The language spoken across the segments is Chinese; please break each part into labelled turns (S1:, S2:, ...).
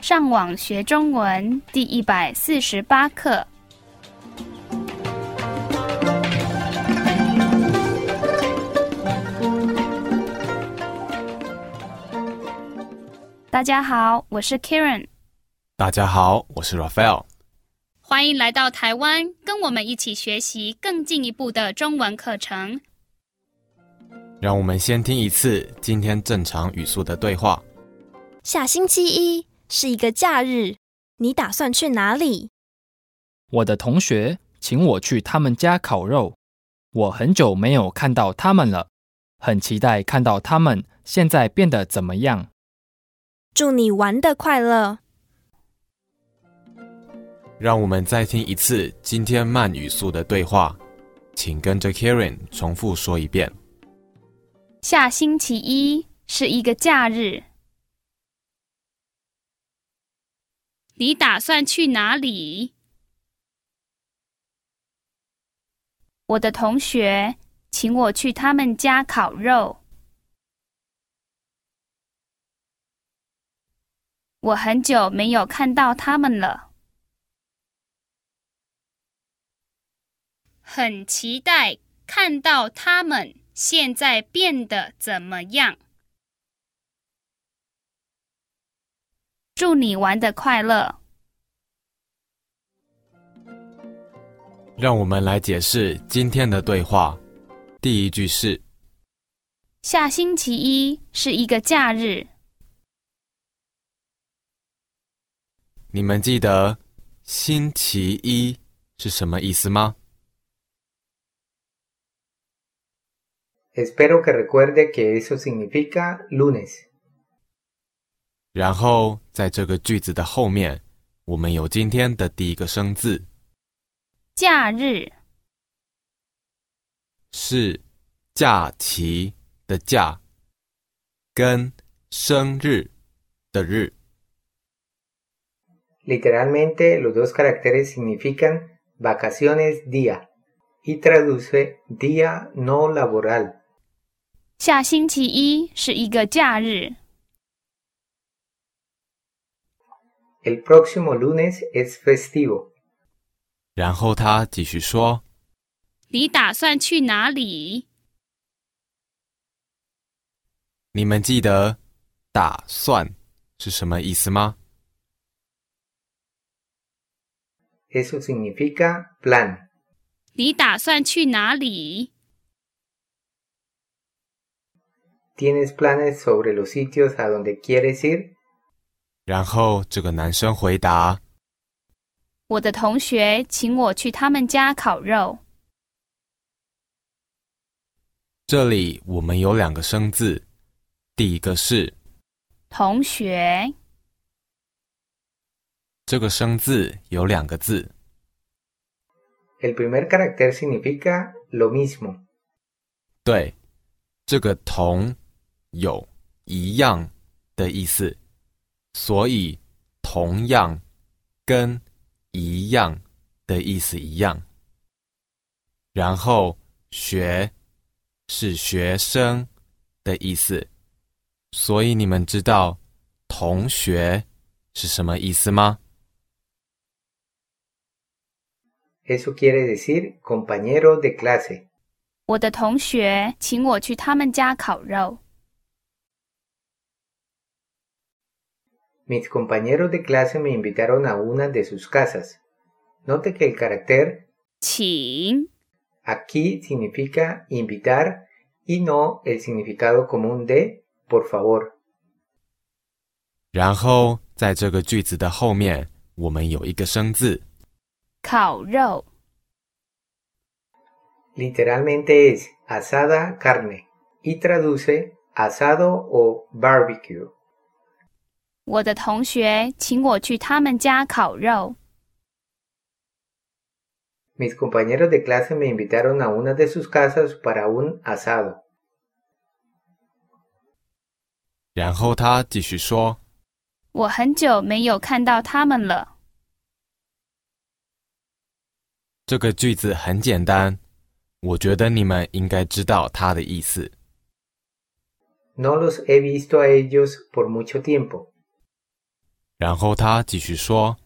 S1: 上网学中文》第一百四十八课。大家好，我是 Karen，
S2: 大家好，我是 Raphael。
S1: 欢迎来到台湾，跟我们一起学习更进一步的中文课程。
S2: 让我们先听一次今天正常语速的对话。
S3: 下星期一是一个假日，你打算去哪里？
S4: 我的同学请我去他们家烤肉，我很久没有看到他们了，很期待看到他们现在变得怎么样。
S3: 祝你玩的快乐。
S2: 让我们再听一次今天慢语速的对话，请跟着 Karen 重复说一遍。
S1: 下星期一是一个假日，你打算去哪里？我的同学请我去他们家烤肉，我很久没有看到他们了，很期待看到他们现在变得怎么样。祝你玩的快乐！
S2: 让我们来解释今天的对话。第一句是
S1: 下星期一是一个假日，：“
S2: 你们记得星期一是什么意思吗？
S5: Espero que recuerde que eso significa lunes.
S2: 然后在这个句子的后面，我们有今天的第一个生字
S1: 假日。
S2: 是假期的假，跟生日的日。
S5: Literalmente los dos caracteres significan vacaciones día y traduce día no laboral.
S1: 下星期一是一个假日，
S5: El próximo lunes es festivo.
S2: 然后他继续说。
S1: 你打算去哪里？
S2: 你们记得“打算”是什么意思吗？
S5: Eso significa plan.
S1: 你打算去哪里？
S5: ¿Tienes planes sobre los sitios a donde quieres ir?
S2: 然后这个男生回答
S1: 我的同学请我去他们家烤肉，：“
S2: 这里我们有两个生字，第一个是
S1: 同学，
S2: 这个生字有两个字，
S5: El primer carácter significa lo mismo.
S2: 对，这个‘同’有一样的意思，所以‘同样’跟‘一样’的意思一样。然后‘学’是学生的意思，所以你们知道‘同学’是什么意思吗？
S5: Eso quiere decir compañero de clase.
S1: 我的同学请我去他们家烤肉。
S5: Mis compañeros de clase me invitaron a una de sus casas. Note que el carácter
S1: 请
S5: Aquí significa invitar y no el significado común de por favor.
S2: 然后在这个句子的后面，我们有一个生字，
S1: 烤肉，
S5: Literalmente es asada carne y traduce asado o barbecue.
S1: 我的同学请我去他们家烤肉。
S5: Mis compañeros de clase me invitaron a una de sus casas para un asado.
S2: 然后他继续说。
S1: 我很久没有看到他们了，
S2: 这个句子很简单，我觉得你们应该知道它的意思。
S5: No los he visto a ellos por mucho tiempo.
S2: 然后他继续说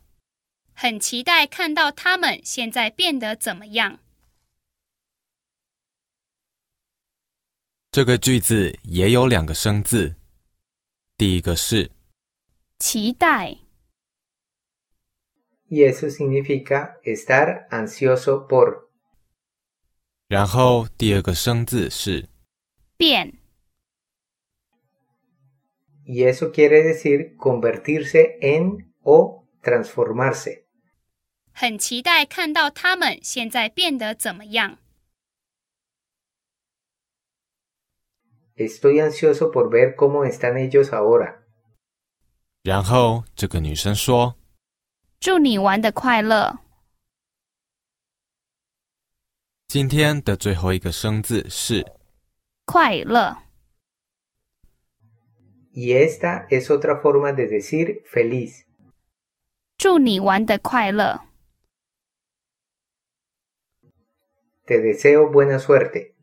S1: 很期待看到他们现在变得怎么样。：“
S2: 这个句子也有两个生字，第一个是
S1: 期待，
S5: y eso significa estar ansioso por. ”，
S2: 然后第二个生字是
S1: 变，
S5: Y eso quiere decir convertirse en o transformarse.
S1: 很期待看到他们现在变得怎么样。
S5: Estoy ansioso por ver cómo están ellos ahora.
S2: 然后这个女生说
S1: 祝你玩的快乐。：“
S2: 今天的最后一个生字是
S1: 快乐，
S5: Y esta es otra forma de decir feliz.
S1: 祝你玩的快乐。
S5: Te deseo buena suerte.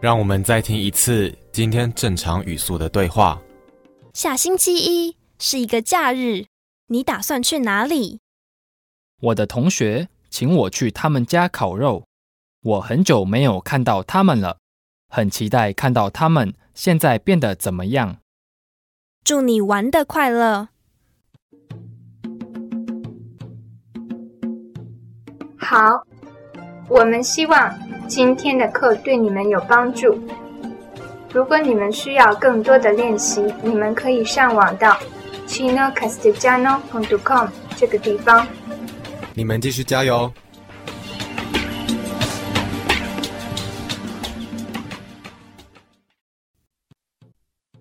S2: 让我们再听一次今天正常语速的对话。
S3: 下星期一是一个假日，你打算去哪里？
S4: 我的同学请我去他们家烤肉，我很久没有看到他们了，很期待看到他们现在变得怎么样。
S3: 祝你玩的快乐。
S6: 好，我们希望今天的课对你们有帮助。如果你们需要更多的练习，你们可以上网到 chinocastellano.com 这个地方。
S2: 你们继续加油！